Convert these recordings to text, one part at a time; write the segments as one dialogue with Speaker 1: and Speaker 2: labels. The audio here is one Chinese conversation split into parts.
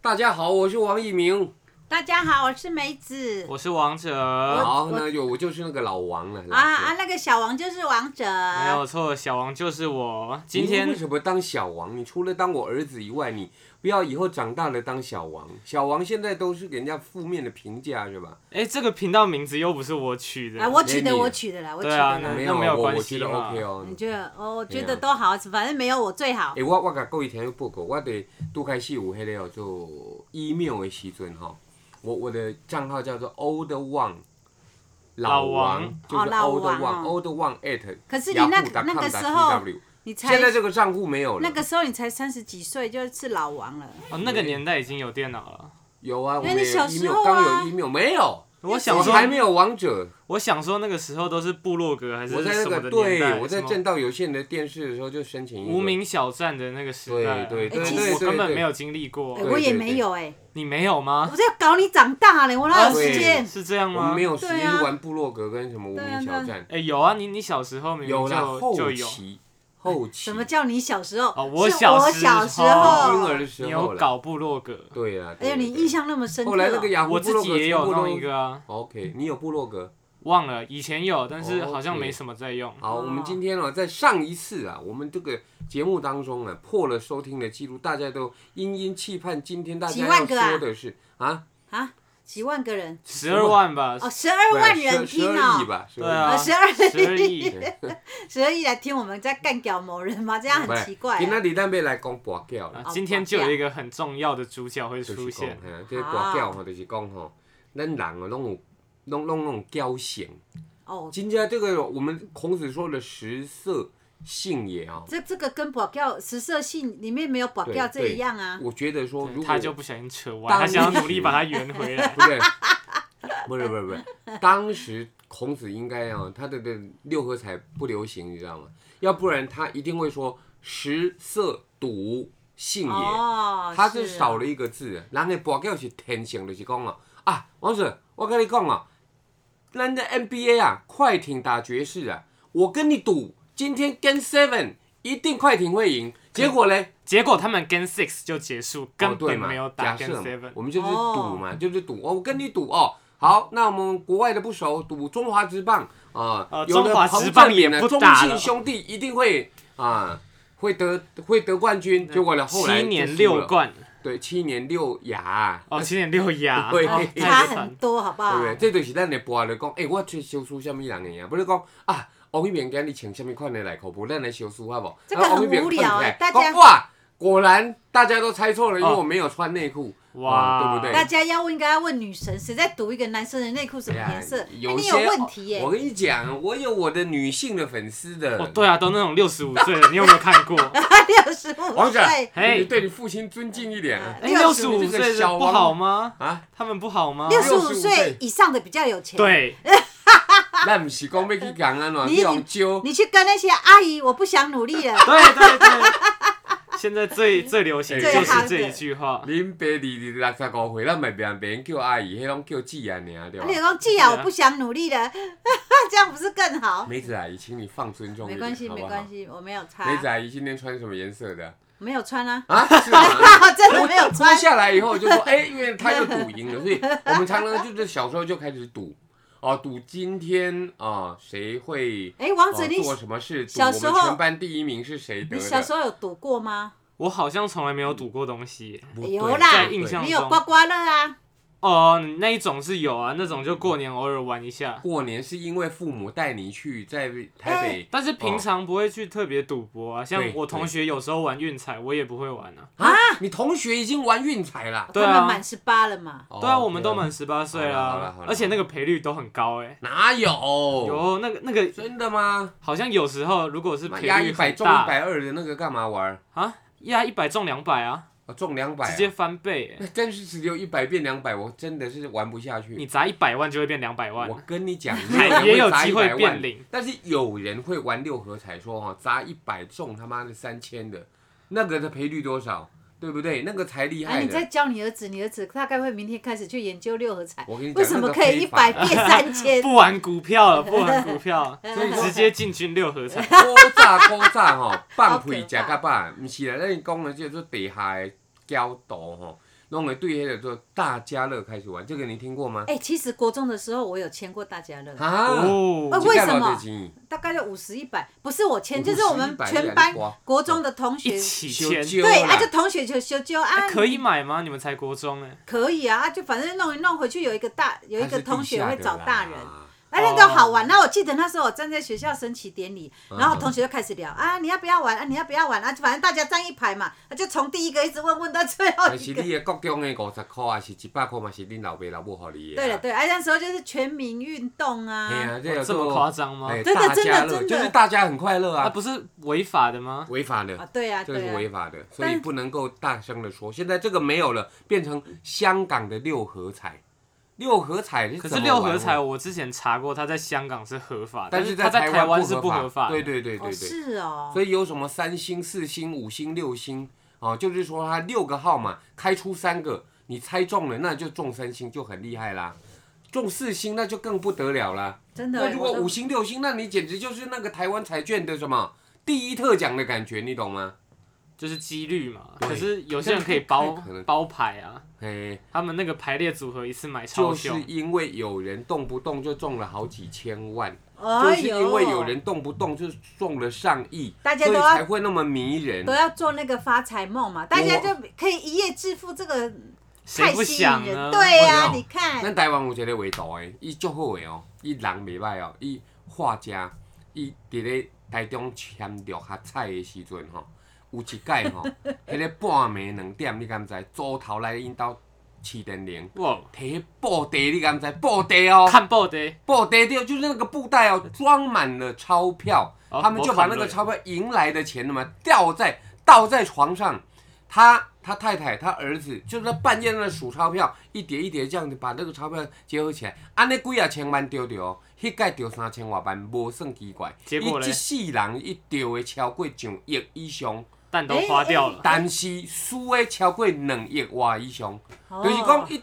Speaker 1: 大家好，我是王以明。
Speaker 2: 大家好，我是梅子。
Speaker 3: 我是王者，
Speaker 1: 啊好，那就我就是那个老王了。
Speaker 2: 啊啊，那个小王就是王者。
Speaker 3: 没有错，小王就是我。
Speaker 1: 今
Speaker 3: 今
Speaker 1: 天为
Speaker 3: 天
Speaker 1: 什么当小王？你除了当我儿子以外，你不要以后长大了当小王。小王现在都是给人家负面的评价，是吧？
Speaker 3: 哎，这个频道名字又不是我取的。
Speaker 2: 啊，我取
Speaker 1: 那
Speaker 2: 的，
Speaker 1: 你
Speaker 2: 我取的啦，我取
Speaker 3: 对
Speaker 2: 的
Speaker 3: 啊
Speaker 2: 啦。
Speaker 3: 那
Speaker 1: 没有啊，
Speaker 3: 没有
Speaker 1: 我
Speaker 3: 关
Speaker 1: 我
Speaker 3: 系
Speaker 1: 觉得
Speaker 3: 嘛
Speaker 1: OK 哦
Speaker 2: 你。觉得？哦，我觉
Speaker 1: 没有
Speaker 2: 得都好，反正没有我最好
Speaker 1: 诶、。我我甲各位听众报告，我伫拄开始有迄个哦，做 email 的时阵吼，我我的账号叫做 old one，
Speaker 3: 老王
Speaker 1: 就是 old
Speaker 2: 哦老王
Speaker 1: one
Speaker 2: 哦
Speaker 1: old one at，
Speaker 2: 可是你那个
Speaker 1: yahoo.com.tw
Speaker 2: 那个时候你才
Speaker 1: 现在这个账户没有了。
Speaker 2: 那个时候你才三十几岁，就是老王了。
Speaker 3: 哦，那个年代已经有电脑了。
Speaker 1: 有啊，我
Speaker 2: 因为
Speaker 1: 们
Speaker 2: 你小
Speaker 1: 有
Speaker 2: 时
Speaker 1: email，
Speaker 2: 候啊
Speaker 1: 刚有 email 没有，
Speaker 3: 我
Speaker 1: 我
Speaker 3: 想说，
Speaker 1: 还没有王者，
Speaker 3: 我想说那个时候都是部落格还是
Speaker 1: 我在
Speaker 3: 什
Speaker 1: 那
Speaker 3: 么的
Speaker 1: 个
Speaker 3: 年代，
Speaker 1: 对，我在
Speaker 3: 什么
Speaker 1: 正道有线的电视的时候就申请一个
Speaker 3: 无，名小站的那个时代啊，
Speaker 1: 对对
Speaker 2: 对哎其实
Speaker 3: 我根
Speaker 1: 对对
Speaker 3: 本没有经历过
Speaker 2: 哎，
Speaker 1: 对
Speaker 2: 我也没有哎，
Speaker 3: 你没有吗？
Speaker 2: 我在搞你长大了，我哪有
Speaker 1: 对
Speaker 2: 时间？
Speaker 3: 是这样
Speaker 1: 我们
Speaker 3: 吗
Speaker 1: 没？有时间
Speaker 2: 对啊
Speaker 1: 去玩部落格跟什么无
Speaker 2: 对
Speaker 1: 名
Speaker 2: 啊
Speaker 1: 小
Speaker 2: 对啊
Speaker 1: 站，
Speaker 3: 哎，有啊，你你小时候明明
Speaker 1: 有啦，
Speaker 3: 就啊就
Speaker 1: 后
Speaker 3: 有，
Speaker 1: 期后期
Speaker 2: 什么叫你小时候？
Speaker 3: 哦我
Speaker 2: 是
Speaker 3: 小
Speaker 2: 我
Speaker 3: 时
Speaker 2: 小时
Speaker 3: 候
Speaker 1: 婴
Speaker 2: 候
Speaker 1: 儿。的时
Speaker 3: 你
Speaker 1: 候
Speaker 3: 有
Speaker 1: 啦
Speaker 3: 搞部落格，
Speaker 1: 对啊，
Speaker 2: 哎
Speaker 1: 对
Speaker 2: 呀，你
Speaker 1: 对
Speaker 2: 印象那么深刻哦。
Speaker 1: 后来那个雅虎
Speaker 3: 我
Speaker 1: 啊部
Speaker 3: 自
Speaker 1: 落
Speaker 3: 己
Speaker 1: 格
Speaker 3: 也
Speaker 1: 全
Speaker 3: 有
Speaker 1: 部
Speaker 3: 弄
Speaker 1: 都
Speaker 3: 一个啊，
Speaker 1: OK，你有部落格？
Speaker 3: 忘了以前有，但是
Speaker 1: 哦
Speaker 3: 好像没
Speaker 1: OK
Speaker 3: 什么在用。
Speaker 1: 好，
Speaker 2: 哦
Speaker 1: 我们今天啊，在上一次啊，我们这个节目当中呢，破了收听的记录，大家都殷殷期盼今天大
Speaker 2: 几
Speaker 1: 家
Speaker 2: 万
Speaker 1: 要
Speaker 2: 个啊
Speaker 1: 说的是啊，
Speaker 2: 啊，几万个人
Speaker 3: 十二万吧，
Speaker 2: 哦，十二万人
Speaker 1: 十
Speaker 2: 听
Speaker 1: 十二亿
Speaker 2: 哦。
Speaker 1: 吧，是
Speaker 3: 对啊
Speaker 2: 啊，十二
Speaker 3: 十二亿，
Speaker 2: 十二亿来听我们在干屌某人吗？这样很奇怪啊。
Speaker 1: 哎今仔日咱要来讲跋筊啦，
Speaker 3: 啊，今天就有一个很重要的主角会
Speaker 1: 就
Speaker 3: 出
Speaker 1: 是讲
Speaker 3: 现，，
Speaker 1: 嘿，这跋筊吼，就是讲吼，咱人哦，拢有，拢拢拢有筊性。
Speaker 2: 哦，
Speaker 1: 今天这个我们孔子说的食色性也啊，
Speaker 2: 这这个跟保镖食色性里面没有保镖
Speaker 1: 对
Speaker 2: 这一样啊。
Speaker 1: 我觉得说，如
Speaker 3: 对
Speaker 1: 果
Speaker 3: 他就不小心扯
Speaker 1: 当
Speaker 3: 歪，他想要努力把它圆回来。
Speaker 1: 不对， 不是不是不是，当时孔子应该啊，他的的六合彩不流行，你知道吗？要不然他一定会说食色赌性也，
Speaker 2: 哦，
Speaker 1: 他是少
Speaker 2: 啊
Speaker 1: 了一个字。人的跋筊是天性，就是讲哦啊，王子，我跟你讲哦，咱的 NBA 啊，快艇打爵士啊，我跟你赌，今天跟 Seven 一定快艇会赢。结果嘞，
Speaker 3: 结果他们跟 Six 就结束，根
Speaker 1: 哦对
Speaker 3: 本
Speaker 1: 嘛，
Speaker 3: 没有打
Speaker 1: 假
Speaker 3: 跟
Speaker 1: 设嘛
Speaker 3: Seven，
Speaker 1: 我们就是赌嘛，就是赌哦，我跟你赌哦。好，那我们国外的不熟，赌中华职棒啊，
Speaker 3: 呃
Speaker 1: 有的
Speaker 3: 中华
Speaker 1: 彭
Speaker 3: 职棒
Speaker 1: 正
Speaker 3: 也
Speaker 1: 明呢
Speaker 3: 不
Speaker 1: 中
Speaker 3: 打
Speaker 1: 信
Speaker 3: 了
Speaker 1: 兄弟一定会啊，会得会得冠军。结果呢，后来就
Speaker 3: 七
Speaker 1: 输
Speaker 3: 年
Speaker 1: 了
Speaker 3: 六，冠，
Speaker 1: 对，七年六亚，
Speaker 3: 哦，七年六亚，
Speaker 1: 对
Speaker 3: 哦
Speaker 2: 差
Speaker 3: 太
Speaker 2: 很
Speaker 3: 惨。
Speaker 2: 多，好不
Speaker 1: 对
Speaker 2: 好
Speaker 1: 不？对？这就是咱的博来讲，欸诶，我去修书什么人的呀？不是讲啊，王一鸣今日穿什么款的内裤，不咱来修书好不好？
Speaker 2: 这个
Speaker 1: 啊王
Speaker 2: 很
Speaker 1: 一鸣
Speaker 2: 无聊
Speaker 1: 看起来
Speaker 2: 欸大家
Speaker 1: 讲哇，果然大家都猜错了，因为
Speaker 3: 哦
Speaker 1: 我没有穿内裤，
Speaker 3: 哇
Speaker 1: 哦对不对？
Speaker 2: 大家要问，应该要问女神，谁在读一个男生的内裤什么颜色？哎，
Speaker 1: 有
Speaker 2: 你
Speaker 1: 些哦
Speaker 2: 有问题耶
Speaker 1: 我！跟你讲，我有我的女性的粉丝的。
Speaker 3: 哦，对啊，都那种六十五岁了，你有没有看过？
Speaker 2: 六十五
Speaker 1: 王者
Speaker 2: 岁，
Speaker 3: 嘿
Speaker 1: 你对你父亲尊敬一点啊。
Speaker 3: 哎，六十
Speaker 2: 65
Speaker 3: 五
Speaker 1: 这个
Speaker 3: 岁的
Speaker 1: 小
Speaker 3: 不
Speaker 1: 王
Speaker 3: 好吗？
Speaker 1: 啊，
Speaker 3: 他们不好吗？
Speaker 2: 六十五
Speaker 1: 65
Speaker 2: 岁以上的比较有钱。，
Speaker 3: 对，
Speaker 1: 咱不是讲要去讲安怎，
Speaker 2: 你
Speaker 1: 去用招。
Speaker 2: 你去跟那些阿姨，我不想努力了。
Speaker 3: 对对对。现在最最流行的
Speaker 1: 最
Speaker 3: 就
Speaker 1: 夯
Speaker 3: 是
Speaker 2: 的
Speaker 3: 这一句话，
Speaker 1: 恁爸二六十五岁，咱咪别别人叫阿姨，迄拢叫姐啊娘对
Speaker 2: 啊你
Speaker 1: 吧？
Speaker 2: 说，既然我不想努力了，这样不是更好？
Speaker 1: 梅子阿姨，请你放尊重一
Speaker 2: 没
Speaker 1: 点，
Speaker 2: 关系，没关
Speaker 1: 系。
Speaker 2: 系，我没有擦，
Speaker 1: 梅子阿姨今天穿什么颜色的？
Speaker 2: 没有穿啊，
Speaker 1: 啊，是吗？
Speaker 2: 真的没有
Speaker 1: 脱
Speaker 2: 穿。
Speaker 1: 下来以后就说，哎、因为他又赌赢了，所以我们常常就是小时候就开始赌，哦，赌今天啊谁会
Speaker 2: 哎，王
Speaker 1: 哦
Speaker 2: 子，你
Speaker 1: 做什么事？赌
Speaker 2: 小
Speaker 1: 我
Speaker 2: 时候
Speaker 1: 们全班第一名是谁得
Speaker 2: 你
Speaker 1: 的？
Speaker 2: 小时候有赌过吗？
Speaker 3: 我好像从来没有赌过东西耶。
Speaker 1: 不对
Speaker 2: 有啦
Speaker 3: 在印象
Speaker 2: 你
Speaker 3: 中
Speaker 2: 有刮刮乐啊？
Speaker 3: 哦，那一种是有啊，那种就过年偶尔玩一下，
Speaker 1: 过年是因为父母带你去在台北
Speaker 3: 但是平常不会去特别赌博啊。像我同学有时候玩运彩，我也不会玩啊。
Speaker 2: 哎
Speaker 1: 啊，你同学已经玩运彩了。
Speaker 3: 对啊
Speaker 2: 他们满十八了嘛。
Speaker 1: 哦
Speaker 3: 对啊，我们都满十八岁
Speaker 1: 好了好了
Speaker 3: 啦
Speaker 1: 好，哦了
Speaker 3: 而且那个赔率都很高哎。
Speaker 1: 哪有？
Speaker 3: 有那个那个，
Speaker 1: 真的吗？
Speaker 3: 好像有时候如果是
Speaker 1: 妈
Speaker 3: 赔
Speaker 1: 压一
Speaker 3: 率
Speaker 1: 百
Speaker 3: 很
Speaker 1: 中一
Speaker 3: 大
Speaker 1: 百二的那个干嘛玩？
Speaker 3: 啊，压一百中两百啊，
Speaker 1: 哦中两百、
Speaker 3: 直接翻倍欸耶。
Speaker 1: 那真是只有一百变两百，我真的是玩不下去。
Speaker 3: 你砸一百万就会变两百万
Speaker 1: 我，跟你讲，
Speaker 3: 还也有机会变
Speaker 1: 零。
Speaker 3: 零。
Speaker 1: 但是有人会玩六合彩，说哈砸一百中他妈的三千的，那个的赔率多少？对不对？那个才厉
Speaker 2: 啊，
Speaker 1: 害
Speaker 2: 你
Speaker 1: 的。
Speaker 2: 再教你儿子，你儿子大概会明天开始去研究六合彩，
Speaker 1: 我跟你讲，
Speaker 2: 为什么可以一百变三 千？
Speaker 3: 不玩股票了，不玩股票 了，
Speaker 1: 所以说
Speaker 3: 直接进军六 合彩。
Speaker 1: 古早古早吼，放屁食
Speaker 2: 好可
Speaker 1: 甲
Speaker 2: 怕
Speaker 1: 饱，毋是啦，咱讲的叫做地下的角度吼，弄个对黑的时候，大家乐开始玩，这个你听过吗？
Speaker 2: 哎、其实国中的时候我有签过大家乐，
Speaker 1: 啊，
Speaker 2: 啊
Speaker 3: 哦，
Speaker 2: 为什么
Speaker 1: 么？
Speaker 2: 大概就五十一百，不是我签，
Speaker 1: 50
Speaker 2: 就是我们全
Speaker 1: 100
Speaker 2: 班
Speaker 1: 还是多
Speaker 2: 国中的同学
Speaker 3: 一，起
Speaker 1: 修
Speaker 3: 签，
Speaker 1: 旧
Speaker 2: 对，
Speaker 1: 啦
Speaker 2: 啊，就同学就修就啊，
Speaker 3: 哎可以买吗？你们才国中哎，
Speaker 2: 可以啊，啊就反正弄一弄回去，有一个大有一个同学会找大人，那
Speaker 3: 还是
Speaker 2: 哎那
Speaker 3: 地下的啦
Speaker 2: 个好玩。那我记得那时候我站在学校升旗典礼，
Speaker 1: 嗯
Speaker 2: 然后同学就开始聊啊，你要不要玩啊？你要不要玩啊？反正大家站一排嘛，就从第一个一直问问到最后
Speaker 1: 但
Speaker 2: 哦一
Speaker 1: 是
Speaker 2: 个。
Speaker 1: 你的国中的五十块，还是一百块嘛，是恁老爸老母给你的。
Speaker 2: 对了，对，哎、那时候就是全民运动啊，
Speaker 1: 哎呀，
Speaker 3: 哇
Speaker 1: 个
Speaker 3: 这么夸张吗？
Speaker 1: 哎，
Speaker 2: 真的
Speaker 1: 大家
Speaker 2: 真的
Speaker 1: 乐
Speaker 2: 真的
Speaker 1: 就是大家很快乐
Speaker 3: 啊，
Speaker 1: 啊，
Speaker 3: 不是违法的吗？
Speaker 1: 违法
Speaker 2: 啊
Speaker 1: 的，
Speaker 2: 对 啊，
Speaker 1: 这个
Speaker 2: 对
Speaker 1: 是
Speaker 2: 啊
Speaker 1: 违，法的，所
Speaker 2: 但
Speaker 1: 以
Speaker 2: 是
Speaker 1: 不能够大声的说。现在这个没有了，变成香港的六合彩，六合彩
Speaker 3: 可
Speaker 1: 怎
Speaker 3: 是
Speaker 1: 么
Speaker 3: 六
Speaker 1: 玩啊
Speaker 3: 合彩，我之前查过，它在香港是合法，
Speaker 1: 但
Speaker 3: 是
Speaker 1: 是
Speaker 3: 它在台
Speaker 1: 湾
Speaker 3: 湾是
Speaker 1: 不
Speaker 3: 合法的。
Speaker 1: 对对对对
Speaker 2: 哦
Speaker 1: 对。
Speaker 2: 是哦，
Speaker 1: 所以有什么三星、四星、五星、六星哦，就是说它六个号码开出三个，你猜中了，那就中三星就很厉害啦。中四星那就更不得了啦。
Speaker 2: 真的，
Speaker 1: 那如果
Speaker 2: 我都
Speaker 1: 五星六星，那你简直就是那个台湾彩券的什么第一特奖的感觉，你懂吗？
Speaker 3: 就是几率嘛。
Speaker 1: 对
Speaker 3: 可是有些人可以
Speaker 1: 这
Speaker 3: 包
Speaker 1: 样太可能
Speaker 3: 包牌啊，
Speaker 1: 嘿，
Speaker 3: 他们那个排列组合一次买超
Speaker 1: 就是
Speaker 3: 凶，
Speaker 1: 因为有人动不动就中了好几千万，就
Speaker 2: 哎
Speaker 1: 是
Speaker 2: 呦
Speaker 1: 因为有人动不动就中了上亿，
Speaker 2: 大家
Speaker 1: 所以
Speaker 2: 都要啊
Speaker 1: 才会那么迷人
Speaker 2: 都。要做那个发财梦嘛，大家就可以一夜致富，这个
Speaker 3: 谁
Speaker 2: 太
Speaker 3: 不
Speaker 2: 吸引
Speaker 3: 想
Speaker 2: 人。
Speaker 3: 呢？
Speaker 2: 对呀、
Speaker 1: 我知道
Speaker 2: 你看，
Speaker 1: 咱台湾有一个画图的，伊足好的哦，伊人袂歹哦，伊画家，伊伫咧台中签六合彩的时阵吼，有一届 吼，迄个半暝两点，你敢知？组头来因兜市电铃，
Speaker 3: 哇，
Speaker 1: 摕迄布袋，你敢知？布袋哦，
Speaker 3: 看报的
Speaker 1: 布袋对，就是那个布袋哦，装满了钞票，
Speaker 3: 哦
Speaker 1: 他们就把那个钞票赢来的钱嘛，掉在倒在床上，他他太太他儿子就在半夜那数钞票，一叠一叠这样子把那个钞票结合起来，安尼几啊千万丢掉哦，迄届丢三千外万，无算奇怪。
Speaker 3: 结果
Speaker 1: 伊
Speaker 3: 嘞
Speaker 1: 一世人一丢的超过上亿以上，
Speaker 3: 蛋都花掉了，
Speaker 1: 但是输的超过两亿外以上，
Speaker 2: 哦
Speaker 1: 就是讲一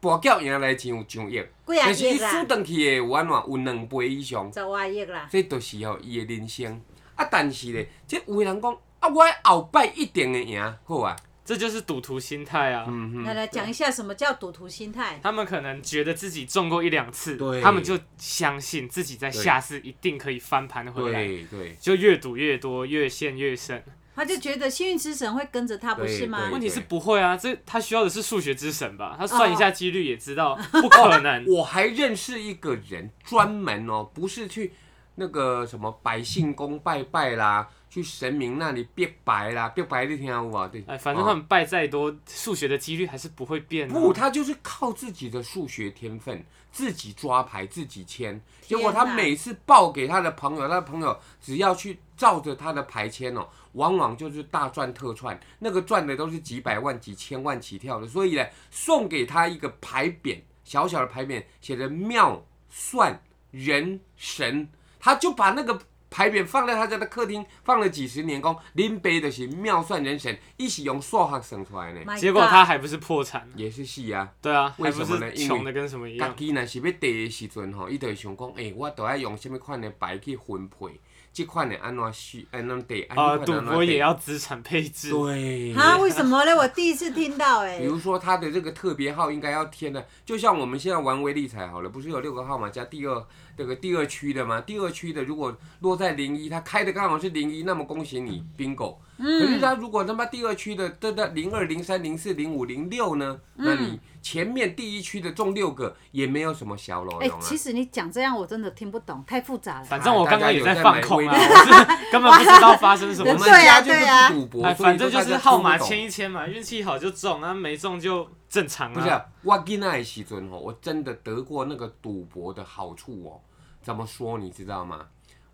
Speaker 1: 博缴赢来钱有上亿。
Speaker 2: 贵啊
Speaker 1: 但是伊
Speaker 2: 亿
Speaker 1: 输
Speaker 2: 啦，
Speaker 1: 回去的有安怎有两倍以上，
Speaker 2: 十万亿啊啦，
Speaker 1: 这就是吼伊的人生。啊，但是咧，即有的人讲啊，我后摆一定会赢，好啊，
Speaker 3: 这就是赌徒心态啊。
Speaker 1: 嗯
Speaker 2: 来来讲一下什么叫赌徒心态。
Speaker 3: 他们可能觉得自己中过一两次
Speaker 1: 对，
Speaker 3: 他们就相信自己在下次一定可以翻盘
Speaker 1: 哼，
Speaker 3: 回来，
Speaker 1: 对对，
Speaker 3: 就越赌越多，越陷越深。
Speaker 2: 他就觉得幸运之神会跟着他，
Speaker 1: 对
Speaker 2: 不是吗 Oh
Speaker 1: 对？
Speaker 3: 问题是不会啊，这他需要的是数学之神吧？他算一下几率也知道不可能。
Speaker 1: 我还认识一个人，专门哦，不是去那个什么百姓宫拜拜啦，去神明那里拜拜啦，拜拜你听有无？对，
Speaker 3: 哎，反正他们败再多，数学的几率还是不会变、啊。
Speaker 1: 不，他就是靠自己的数学天分，自己抓牌，自己签。结
Speaker 2: 天
Speaker 1: 果他
Speaker 2: 哪
Speaker 1: 每次报给他的朋友，他的朋友只要去照着他的牌签哦，往往就是大赚特赚，那个赚的都是几百万、几千万起跳的。所以呢，送给他一个牌匾，小小的牌匾，写着“妙算人神”，他就把那个。牌匾放在他家的客厅，放了几十年工，林北的是妙算人神，一起用数学算出来呢，
Speaker 2: Oh My
Speaker 3: 结果
Speaker 2: God
Speaker 3: 他还不是破产。
Speaker 1: 也是戏啊。
Speaker 3: 对啊，
Speaker 1: 为
Speaker 3: 还
Speaker 1: 什
Speaker 3: 不
Speaker 1: 么呢
Speaker 3: 是穷的跟什么一
Speaker 1: 家
Speaker 3: 样？
Speaker 1: 己若是要地的时阵吼，伊就会想讲，诶、我都要用什物款的牌去分配，即款的安怎需安怎地，
Speaker 3: 啊，
Speaker 1: 安怎
Speaker 3: 赌博也要资产配置。
Speaker 1: 对。
Speaker 2: 啊，为什么呢？我第一次听到哎、
Speaker 1: 比如说他的这个特别号应该要贴的，就像我们现在玩威力彩好了，不是有六个号码加第二这个第二区的吗？第二区的如果落在零一，他开的刚好是零一，那么恭喜你 bingo。可是他如果他妈第二区的这这零二零三零四零五零六呢？那你前面第一区的中六个也没有什么小笼
Speaker 2: 哎、
Speaker 1: 啊。
Speaker 2: 其实你讲这样我真的听不懂，太复杂了。
Speaker 3: 反正我刚刚也在放空啊，
Speaker 1: 哎大家
Speaker 3: 我是根本不知道发生什
Speaker 1: 我
Speaker 3: 么
Speaker 1: 们
Speaker 3: 事。
Speaker 2: 对
Speaker 1: 家
Speaker 2: 啊
Speaker 1: 就是
Speaker 2: 对啊
Speaker 1: 赌博，
Speaker 3: 哎，
Speaker 1: 所以
Speaker 3: 反正就
Speaker 1: 大家
Speaker 3: 是号码
Speaker 1: 听不懂
Speaker 3: 签一签嘛，运气好就中，啊没中就正常
Speaker 1: 不是、
Speaker 3: 啊。
Speaker 1: 啊，我囡仔的时阵吼，我真的得过那个赌博的好处哦。怎么说你知道吗？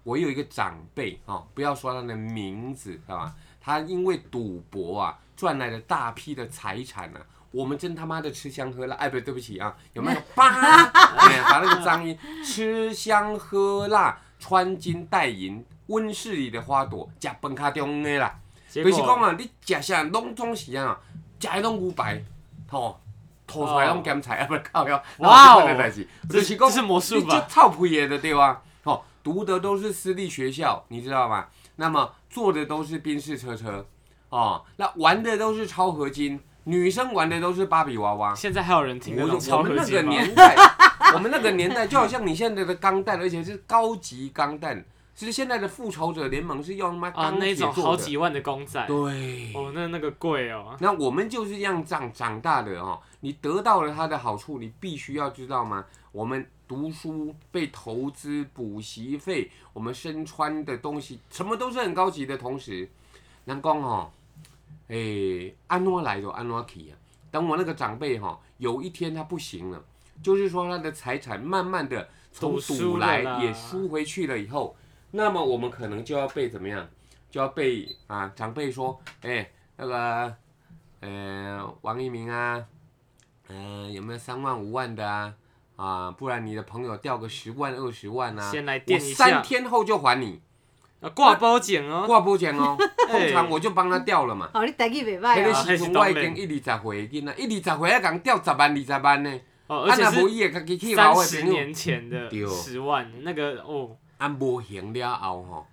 Speaker 1: 我有一个长辈哦，不要说他的名字，知道吧？他因为赌博啊，赚来了大批的财产啊。我们真他妈的吃香喝辣，哎，不，对不起啊，有没有八？哎把那个脏音，吃香喝辣，穿金戴银，温室里的花朵，假崩卡中的啦。
Speaker 3: 结
Speaker 1: 就是讲
Speaker 3: 果
Speaker 1: 啊，你食啥拢总是啊，食的拢牛排，吼，吐出来拢咸菜，啊不是靠药，
Speaker 3: 哦哇哦
Speaker 1: 这款的代志，就
Speaker 3: 这
Speaker 1: 是讲
Speaker 3: 这是魔术
Speaker 1: 你就
Speaker 3: 吧
Speaker 1: 臭屁的就对啊，吼，读的都是私立学校，你知道吗？那么坐的都是宾士车车，哦，那玩的都是超合金，女生玩的都是芭比娃娃。
Speaker 3: 现在还有人听那种
Speaker 1: 我我
Speaker 3: 超
Speaker 1: 们
Speaker 3: 合
Speaker 1: 那个
Speaker 3: 金吗？
Speaker 1: 年代， 我们那个年代就好像你现在的钢弹，而且是高级钢弹，其实现在的复仇者联盟是用他妈
Speaker 3: 啊，
Speaker 1: 钢铁
Speaker 3: 那种
Speaker 1: 做
Speaker 3: 好
Speaker 1: 的。
Speaker 3: 几万的公仔，
Speaker 1: 对，
Speaker 3: 哦，那那个贵哦，
Speaker 1: 那我们就是这样长长大的哦。你得到了它的好处，你必须要知道吗？我们读书被投资补习费，我们身穿的东西什么都是很高级的。同时，难讲哦，诶、安怎来就安怎去啊。等我那个长辈哈、哦，有一天他不行了，就是说他的财产慢慢的从
Speaker 3: 赌输
Speaker 1: 赌
Speaker 3: 了
Speaker 1: 来
Speaker 3: 啦
Speaker 1: 也输回去了以后，那么我们可能就要被怎么样？就要被啊长辈说，哎、那个呃王一鸣啊，嗯、有没有三万五万的啊？啊，不然你的朋友掉个十万二十万啊，
Speaker 3: 先来
Speaker 1: 我
Speaker 3: 垫一
Speaker 1: 三
Speaker 3: 下，
Speaker 1: 天后就还你，
Speaker 3: 啊挂包剪哦，
Speaker 1: 挂不钱 哦。通常
Speaker 3: 哎
Speaker 1: 我就帮他掉了嘛。
Speaker 2: 哦，你台语
Speaker 3: 啊
Speaker 1: 迄
Speaker 2: 袂歹
Speaker 1: 个
Speaker 2: 哦。
Speaker 1: 时阵我已经一二十岁的囡仔，一二十岁还共掉十万二十万呢，
Speaker 3: 哦，
Speaker 1: 啊
Speaker 3: 而且
Speaker 1: 若无
Speaker 3: 是
Speaker 1: 伊会家己去老
Speaker 3: 三
Speaker 1: 的
Speaker 3: 十
Speaker 1: 朋友，啊
Speaker 3: 年前的
Speaker 1: 对哦
Speaker 3: 十万，那个哦，
Speaker 1: 啊无行了后吼，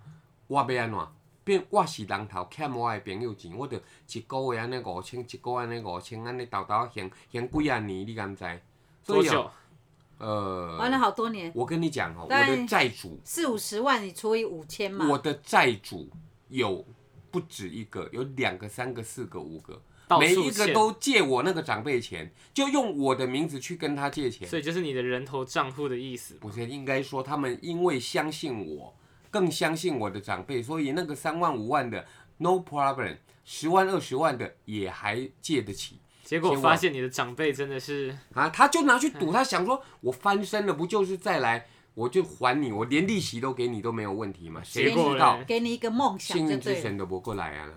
Speaker 1: 我要安怎？变我是人头欠我的朋友钱，我着一个月安尼五千，一个月安尼五千，安尼豆豆行行几啊年，你敢知？所
Speaker 3: 多
Speaker 1: 以哦，
Speaker 3: 久？
Speaker 2: 玩了
Speaker 1: 呃，
Speaker 2: 好多年，
Speaker 1: 我跟你讲哦，我
Speaker 2: 但
Speaker 1: 的债主，
Speaker 2: 四五十万你除以五千嘛，
Speaker 1: 我的债主有不止一个，有两个、三个、四个、五个。
Speaker 3: 到
Speaker 1: 每
Speaker 3: 数
Speaker 1: 一个
Speaker 3: 欠，
Speaker 1: 都借我那个长辈钱，就用我的名字去跟他借钱。
Speaker 3: 所以就是你的人头账户的意思。
Speaker 1: 不是应该说他们因为相信我，更相信我的长辈，所以那个三万五万的 no problem，十万二十万的也还借得起
Speaker 3: 结果
Speaker 1: 结果
Speaker 3: 发现你的长辈真的是
Speaker 1: 啊！他就拿去
Speaker 3: 嗯
Speaker 1: 赌，他想说我翻身了，不就是再来我就还你，我连利息都给你都没有问题嘛？谁
Speaker 3: 结果
Speaker 1: 知道
Speaker 3: 嘞
Speaker 2: 给你一个梦想
Speaker 1: 幸
Speaker 2: 就
Speaker 1: 运之
Speaker 2: 对了。
Speaker 1: 神都无过来啊啦！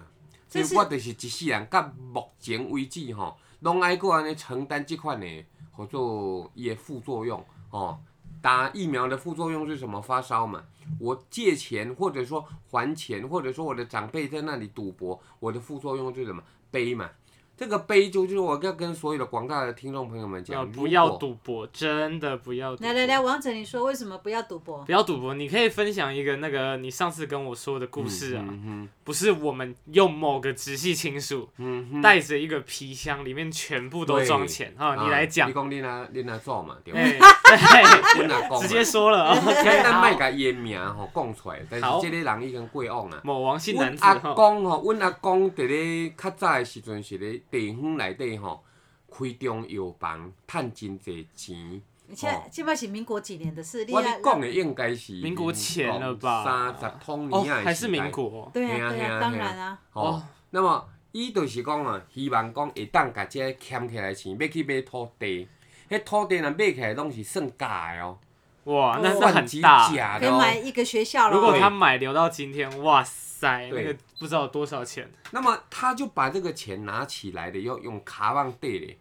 Speaker 1: 所
Speaker 2: 这
Speaker 1: 以
Speaker 2: 是
Speaker 1: 我就是一世人，到目前为止吼，拢爱过安尼承担这款的，或做伊的副作用哦。打疫苗的副作用是什么？发烧嘛。我借钱或者说还钱，或者说我的长辈在那里赌博，我的副作用是什么？悲嘛。这个悲就是我要跟所有的广大的听众朋友们
Speaker 3: 呃
Speaker 1: 讲，
Speaker 3: 不要
Speaker 1: 如果。
Speaker 3: 赌博，真的不要赌
Speaker 2: 来
Speaker 3: 博。
Speaker 2: 来来，王者，你说为什么不要赌博？
Speaker 3: 不要赌博，你可以分享一个那个你上次跟我说的故事啊，
Speaker 1: 嗯
Speaker 3: 不是我们用某个直系亲属
Speaker 1: 嗯哼，
Speaker 3: 带着一个皮箱，里面全部都装钱哈，你来
Speaker 1: 啊你
Speaker 3: 讲，
Speaker 1: 讲你哪你哪做嘛，对吧？
Speaker 3: 哎，对
Speaker 1: 你哪讲嘛？
Speaker 3: 直接说了 啊，OK，
Speaker 1: 咱卖
Speaker 3: 好，
Speaker 1: 甲伊的名吼讲出来，但是
Speaker 3: 好
Speaker 1: 即个人已经过往啊。
Speaker 3: 某王姓
Speaker 1: 阮
Speaker 3: 男子哦
Speaker 1: 阿
Speaker 3: 哈，
Speaker 1: 公吼，阮阿公伫咧较早的时阵是咧地方内底吼开中药房，趁真侪钱。
Speaker 2: 现在现在是民国几年的事？
Speaker 1: 我
Speaker 2: 要
Speaker 1: 咧哦讲的应该是
Speaker 3: 民国前了吧
Speaker 1: 三十通
Speaker 3: 哦
Speaker 1: 年啊，
Speaker 3: 还是民。国
Speaker 2: 对
Speaker 1: 嘿啊
Speaker 2: 啊对
Speaker 1: 嘿啊
Speaker 2: 啊，当然啊，
Speaker 1: 吼、
Speaker 3: 哦
Speaker 1: 那么伊就是讲啊，希望讲会当甲这欠起来的钱，要去买土地。迄土地若买起来拢是算假的哦，
Speaker 3: 哇，那
Speaker 2: 哦
Speaker 3: 那
Speaker 1: 算
Speaker 3: 很
Speaker 1: 极
Speaker 3: 大。
Speaker 1: 假的
Speaker 2: 可以
Speaker 1: 哦。
Speaker 2: 买一个学校
Speaker 3: 如果
Speaker 2: 了。
Speaker 3: 他买留到今天，哇塞，
Speaker 1: 对
Speaker 3: 那个不知道多少钱，
Speaker 1: 那么他就把这个钱拿起来了，要用卡棒底咧，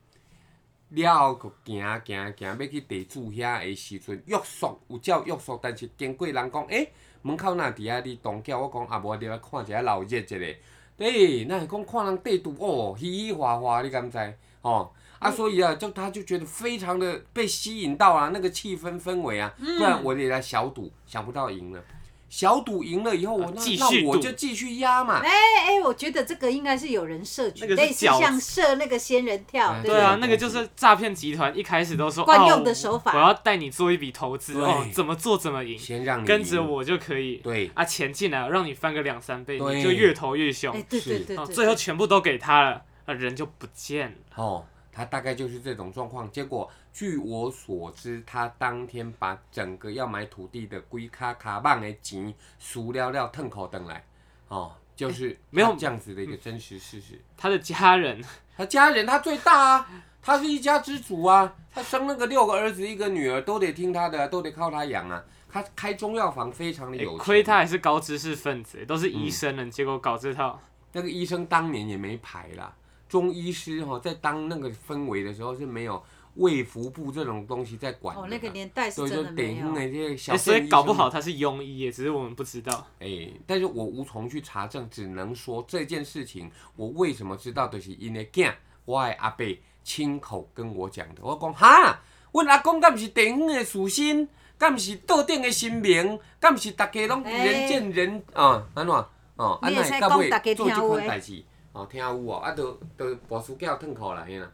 Speaker 1: 了后就行行行，要去地主遐的时阵，约束有照约束，但是经过人讲，诶、门口那伫遐伫动叫，我讲啊，无入来看一下闹热一下。诶、那是讲看人地主哦，嘻嘻哈哈，你敢知？哦，啊，所以啊，就他就觉得非常的被吸引到啊，那个气氛氛围啊，
Speaker 3: 嗯
Speaker 1: 不然我也来小赌，想不到赢了。小赌赢了以后，我那
Speaker 3: 啊继续
Speaker 1: 那我
Speaker 3: 赌
Speaker 1: 就继续压嘛。
Speaker 2: 哎哎，我觉得这个应该是有人设局，
Speaker 3: 那个是
Speaker 2: 类似
Speaker 3: 饺子
Speaker 2: 像设那个仙人跳，
Speaker 1: 哎
Speaker 2: 不
Speaker 3: 对啊，
Speaker 1: 对
Speaker 3: 那个就是诈骗集团一开始都说
Speaker 2: 惯
Speaker 3: 哦
Speaker 2: 用的手法
Speaker 3: 我要带你做一笔投资
Speaker 1: 对
Speaker 3: 哦，怎么做怎么赢，
Speaker 1: 先让你
Speaker 3: 跟着
Speaker 1: 赢，
Speaker 3: 我就可以
Speaker 1: 对，
Speaker 3: 啊，钱进来让你翻个两三倍，
Speaker 1: 对
Speaker 3: 你就越投越凶
Speaker 2: 哎，，对对
Speaker 1: 是
Speaker 2: 对
Speaker 3: 哦
Speaker 2: 对，
Speaker 3: 最后全部都给他了，啊，人就不见了。
Speaker 1: 哦，他大概就是这种状况。结果据我所知，他当天把整个要买土地的龟卡卡棒的钱输了了，腾口等来，哦，就是
Speaker 3: 哎没有
Speaker 1: 这样子的一个真实事实。
Speaker 3: 他的家人，
Speaker 1: 他家人他最大啊，他是一家之主啊，他生那个六个儿子一个女儿都得听他的啊，都得靠他养啊。他开中药房非常的
Speaker 3: 哎
Speaker 1: 有钱，啊嗯
Speaker 3: 亏他还是高知识分子，都是医生了，结果搞这套，
Speaker 1: 那个医生当年也没牌啦，中医师哈、在当那个氛围的时候是没有卫福部这种东西在管的
Speaker 2: 哦
Speaker 1: 啦。，
Speaker 2: 那个年代是
Speaker 1: 对，就
Speaker 2: 真的没
Speaker 1: 等
Speaker 2: 有。啊
Speaker 1: 那些小、
Speaker 3: 哎，所以搞不好。他是庸医耶，只是我们不知道。
Speaker 1: 哎、但是我无从去查证，只能说这件事情我为什么知道的是因为囝，我的阿伯亲口跟我讲的。我讲哈，阮阿公敢不是地方的属性，敢不是桌顶的神明，敢不是大家拢人见人啊，安、怎哦，安
Speaker 2: 哎你
Speaker 1: 那
Speaker 2: 会使
Speaker 1: 会到
Speaker 2: 讲大家
Speaker 1: 尾做
Speaker 2: 听
Speaker 1: 这
Speaker 2: 有
Speaker 1: 款
Speaker 2: 的
Speaker 1: 代志，哦，听有哦，啊，都都博士叫脱裤来嘿啦，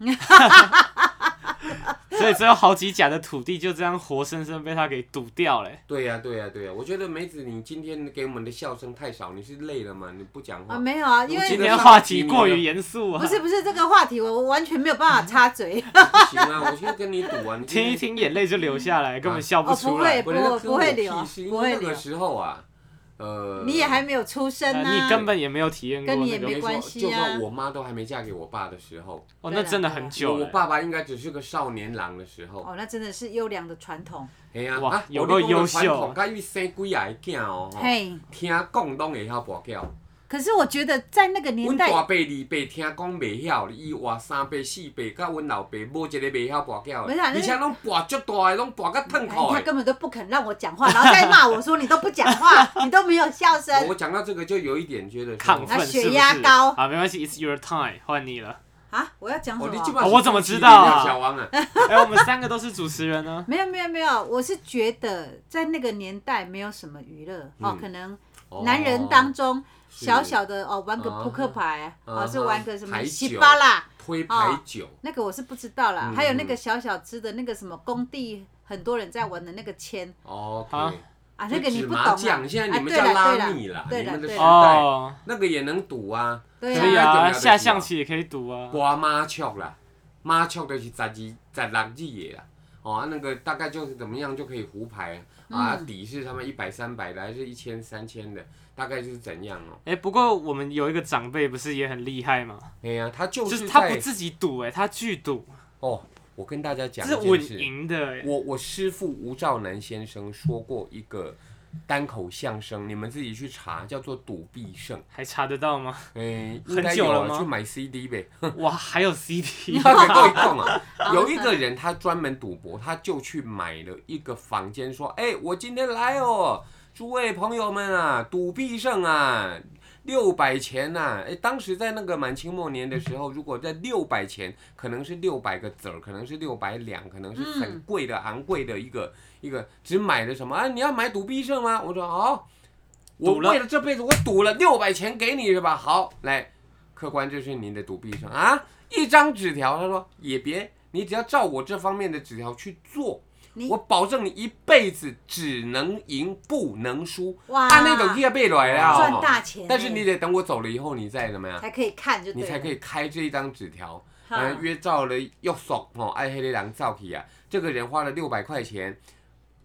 Speaker 3: 所以只有好几甲的土地就这样活生生被他给堵掉嘞。
Speaker 1: 对呀、对呀、啊对呀、我觉得梅子你今天给我们的笑声太少，你是累了吗？你不讲话
Speaker 2: 啊，？没有啊，因
Speaker 1: 今
Speaker 3: 今
Speaker 2: 为
Speaker 3: 天话题过于严肃啊
Speaker 2: 不，是不是这个话题，我我完全没有办
Speaker 1: 嗯
Speaker 2: 法插嘴。
Speaker 1: 不行啊，我先跟你赌啊，你今
Speaker 3: 听一
Speaker 1: 天
Speaker 3: 听眼泪就流下来，根本笑
Speaker 2: 哦
Speaker 3: 出
Speaker 2: 不会。
Speaker 3: 来
Speaker 1: 我觉得
Speaker 2: 不不会
Speaker 1: 跟我
Speaker 2: 留啊
Speaker 1: 屁事因
Speaker 2: 不
Speaker 1: 为
Speaker 2: 会
Speaker 1: 那个
Speaker 2: 留
Speaker 1: 时候啊，呃，
Speaker 2: 你也还没有出生
Speaker 3: 呃
Speaker 2: 呢、
Speaker 3: 你根本也没有体验过
Speaker 2: 跟你啊也
Speaker 3: 那
Speaker 1: 别
Speaker 2: 没
Speaker 1: 说
Speaker 3: 个，
Speaker 2: 关系啊
Speaker 1: 就算我妈都还没嫁给我爸的时候，
Speaker 3: 哦，那真的很久
Speaker 1: 我
Speaker 3: 了。
Speaker 1: 爸爸应该只是个少年郎的时候。
Speaker 2: 哦，那真的是优良的传统。
Speaker 1: 哎呀，
Speaker 3: 哇
Speaker 1: 啊，
Speaker 3: 有够优秀
Speaker 1: 甲伊生几个囝哦，吼
Speaker 2: 嘿，
Speaker 1: 听讲拢会晓跋筊。
Speaker 2: 可是我觉得在那个年
Speaker 1: 阮
Speaker 2: 代，
Speaker 1: 大伯、二伯听讲袂晓，伊活三伯、四伯，甲阮老爸无一个袂晓跋筊
Speaker 2: 没
Speaker 1: 的，
Speaker 2: 啦啊那
Speaker 1: 而且拢跋足大的，拢跋甲
Speaker 2: 哎
Speaker 1: 褪裤
Speaker 2: 他
Speaker 1: 的。
Speaker 2: 根本都不肯让我讲话，然后再骂我说你都不讲 话，你都没有笑声。
Speaker 1: 我讲到这个就有一点觉得
Speaker 3: 亢
Speaker 1: 说，
Speaker 3: 奋是不
Speaker 2: 血
Speaker 3: 是？
Speaker 2: 压高
Speaker 3: 啊，没关系，It's your time，换你了。
Speaker 2: 啊！我要讲什
Speaker 1: 哦，你
Speaker 2: 么？
Speaker 1: 基本上
Speaker 3: 哦我怎么知道啊
Speaker 1: 小王啊，
Speaker 3: 哎，我们三个都是主持人啊呢。
Speaker 2: 没有没有没有，我是觉得在那个年代没有什么娱乐、哦
Speaker 1: 嗯，
Speaker 2: 可能
Speaker 1: 哦
Speaker 2: 男人当中
Speaker 1: 是
Speaker 2: 小小的哦玩个扑克牌，
Speaker 1: 啊哈
Speaker 2: 哦是玩个什么
Speaker 1: 牌
Speaker 2: 西
Speaker 1: 九
Speaker 2: 巴啦，
Speaker 1: 推牌九，
Speaker 3: 啊
Speaker 2: 那个我是不知道啦。
Speaker 1: 嗯
Speaker 2: 还有那个小小只的那个什么工地，很多人在玩的那个签
Speaker 1: 哦，
Speaker 3: 啊
Speaker 2: 啊，那个你
Speaker 1: 就
Speaker 2: 不
Speaker 1: 指
Speaker 2: 懂
Speaker 1: 麻
Speaker 2: 啊。
Speaker 1: 将，现在
Speaker 2: 啊
Speaker 1: 你们
Speaker 2: 对
Speaker 1: 叫
Speaker 2: 啦
Speaker 1: 拉
Speaker 2: 对啦
Speaker 1: 密啦，
Speaker 2: 对
Speaker 1: 你
Speaker 2: 啦
Speaker 1: 们的时
Speaker 2: 对
Speaker 1: 代
Speaker 3: 哦，
Speaker 1: 那个也能赌啊，
Speaker 2: 对
Speaker 3: 可以
Speaker 2: 啊，
Speaker 3: 啊，下象棋也可以赌啊。
Speaker 1: 刮麻雀啦，麻雀就是十二、十六字的啦。哦，啊那个大概就是怎么样就可以胡牌
Speaker 3: 嗯
Speaker 1: 啊，啊底是他们一百、三百的，还是一千、三千的，大概就是怎样哦。
Speaker 3: 哎，不过我们有一个长辈不是也很厉害吗？
Speaker 1: 哎呀，他就
Speaker 3: 就是
Speaker 1: 是
Speaker 3: 他不
Speaker 1: 在
Speaker 3: 自己赌，哎，他拒赌，
Speaker 1: 哦，我跟大家
Speaker 3: 这
Speaker 1: 讲
Speaker 3: 是
Speaker 1: 一件
Speaker 3: 稳
Speaker 1: 事，
Speaker 3: 赢的。哎
Speaker 1: 我我师傅吴兆南先生说过一个单口相声，你们自己去查，叫做《赌必胜》。
Speaker 3: 还查得到吗？
Speaker 1: 嗯，
Speaker 3: 很
Speaker 1: 应该
Speaker 3: 久
Speaker 1: 有
Speaker 3: 了吗
Speaker 1: 去买 CD 呗。
Speaker 3: 哇，还有 CD，
Speaker 1: 他给各位讲啊，有一个人他专门赌博，他就去买了一个房间，说：“哎、我今天来哦，诸位朋友们啊，赌必胜啊，六百钱呐、哎、当时在那个满清末年的时候，如果在六百钱，可能是六百个子儿，可能是六百两，可能是
Speaker 3: 嗯
Speaker 1: 很贵的、昂贵的一个一个，只买了什么啊？你要买赌必胜吗？我说好、我
Speaker 3: 赌了
Speaker 1: 为了这辈子我赌了六百钱给你是吧？好，来，客官，这是您的赌必胜啊，一张纸条，他说也别，你只要照我这方面的纸条去做
Speaker 2: 你。
Speaker 1: 我保证你一辈子只能赢不能输，
Speaker 2: 哇
Speaker 1: 按那种业被来了，
Speaker 2: 啊赚大钱欸
Speaker 1: 但是你得等我走了以后，你再怎么样，
Speaker 2: 才可以看就对
Speaker 1: 你
Speaker 2: 了，
Speaker 1: 才可以开这一张纸条。
Speaker 2: 哈
Speaker 1: 嗯，约照了又爽哦，爱黑的狼照起啊！这个人花了六百块钱，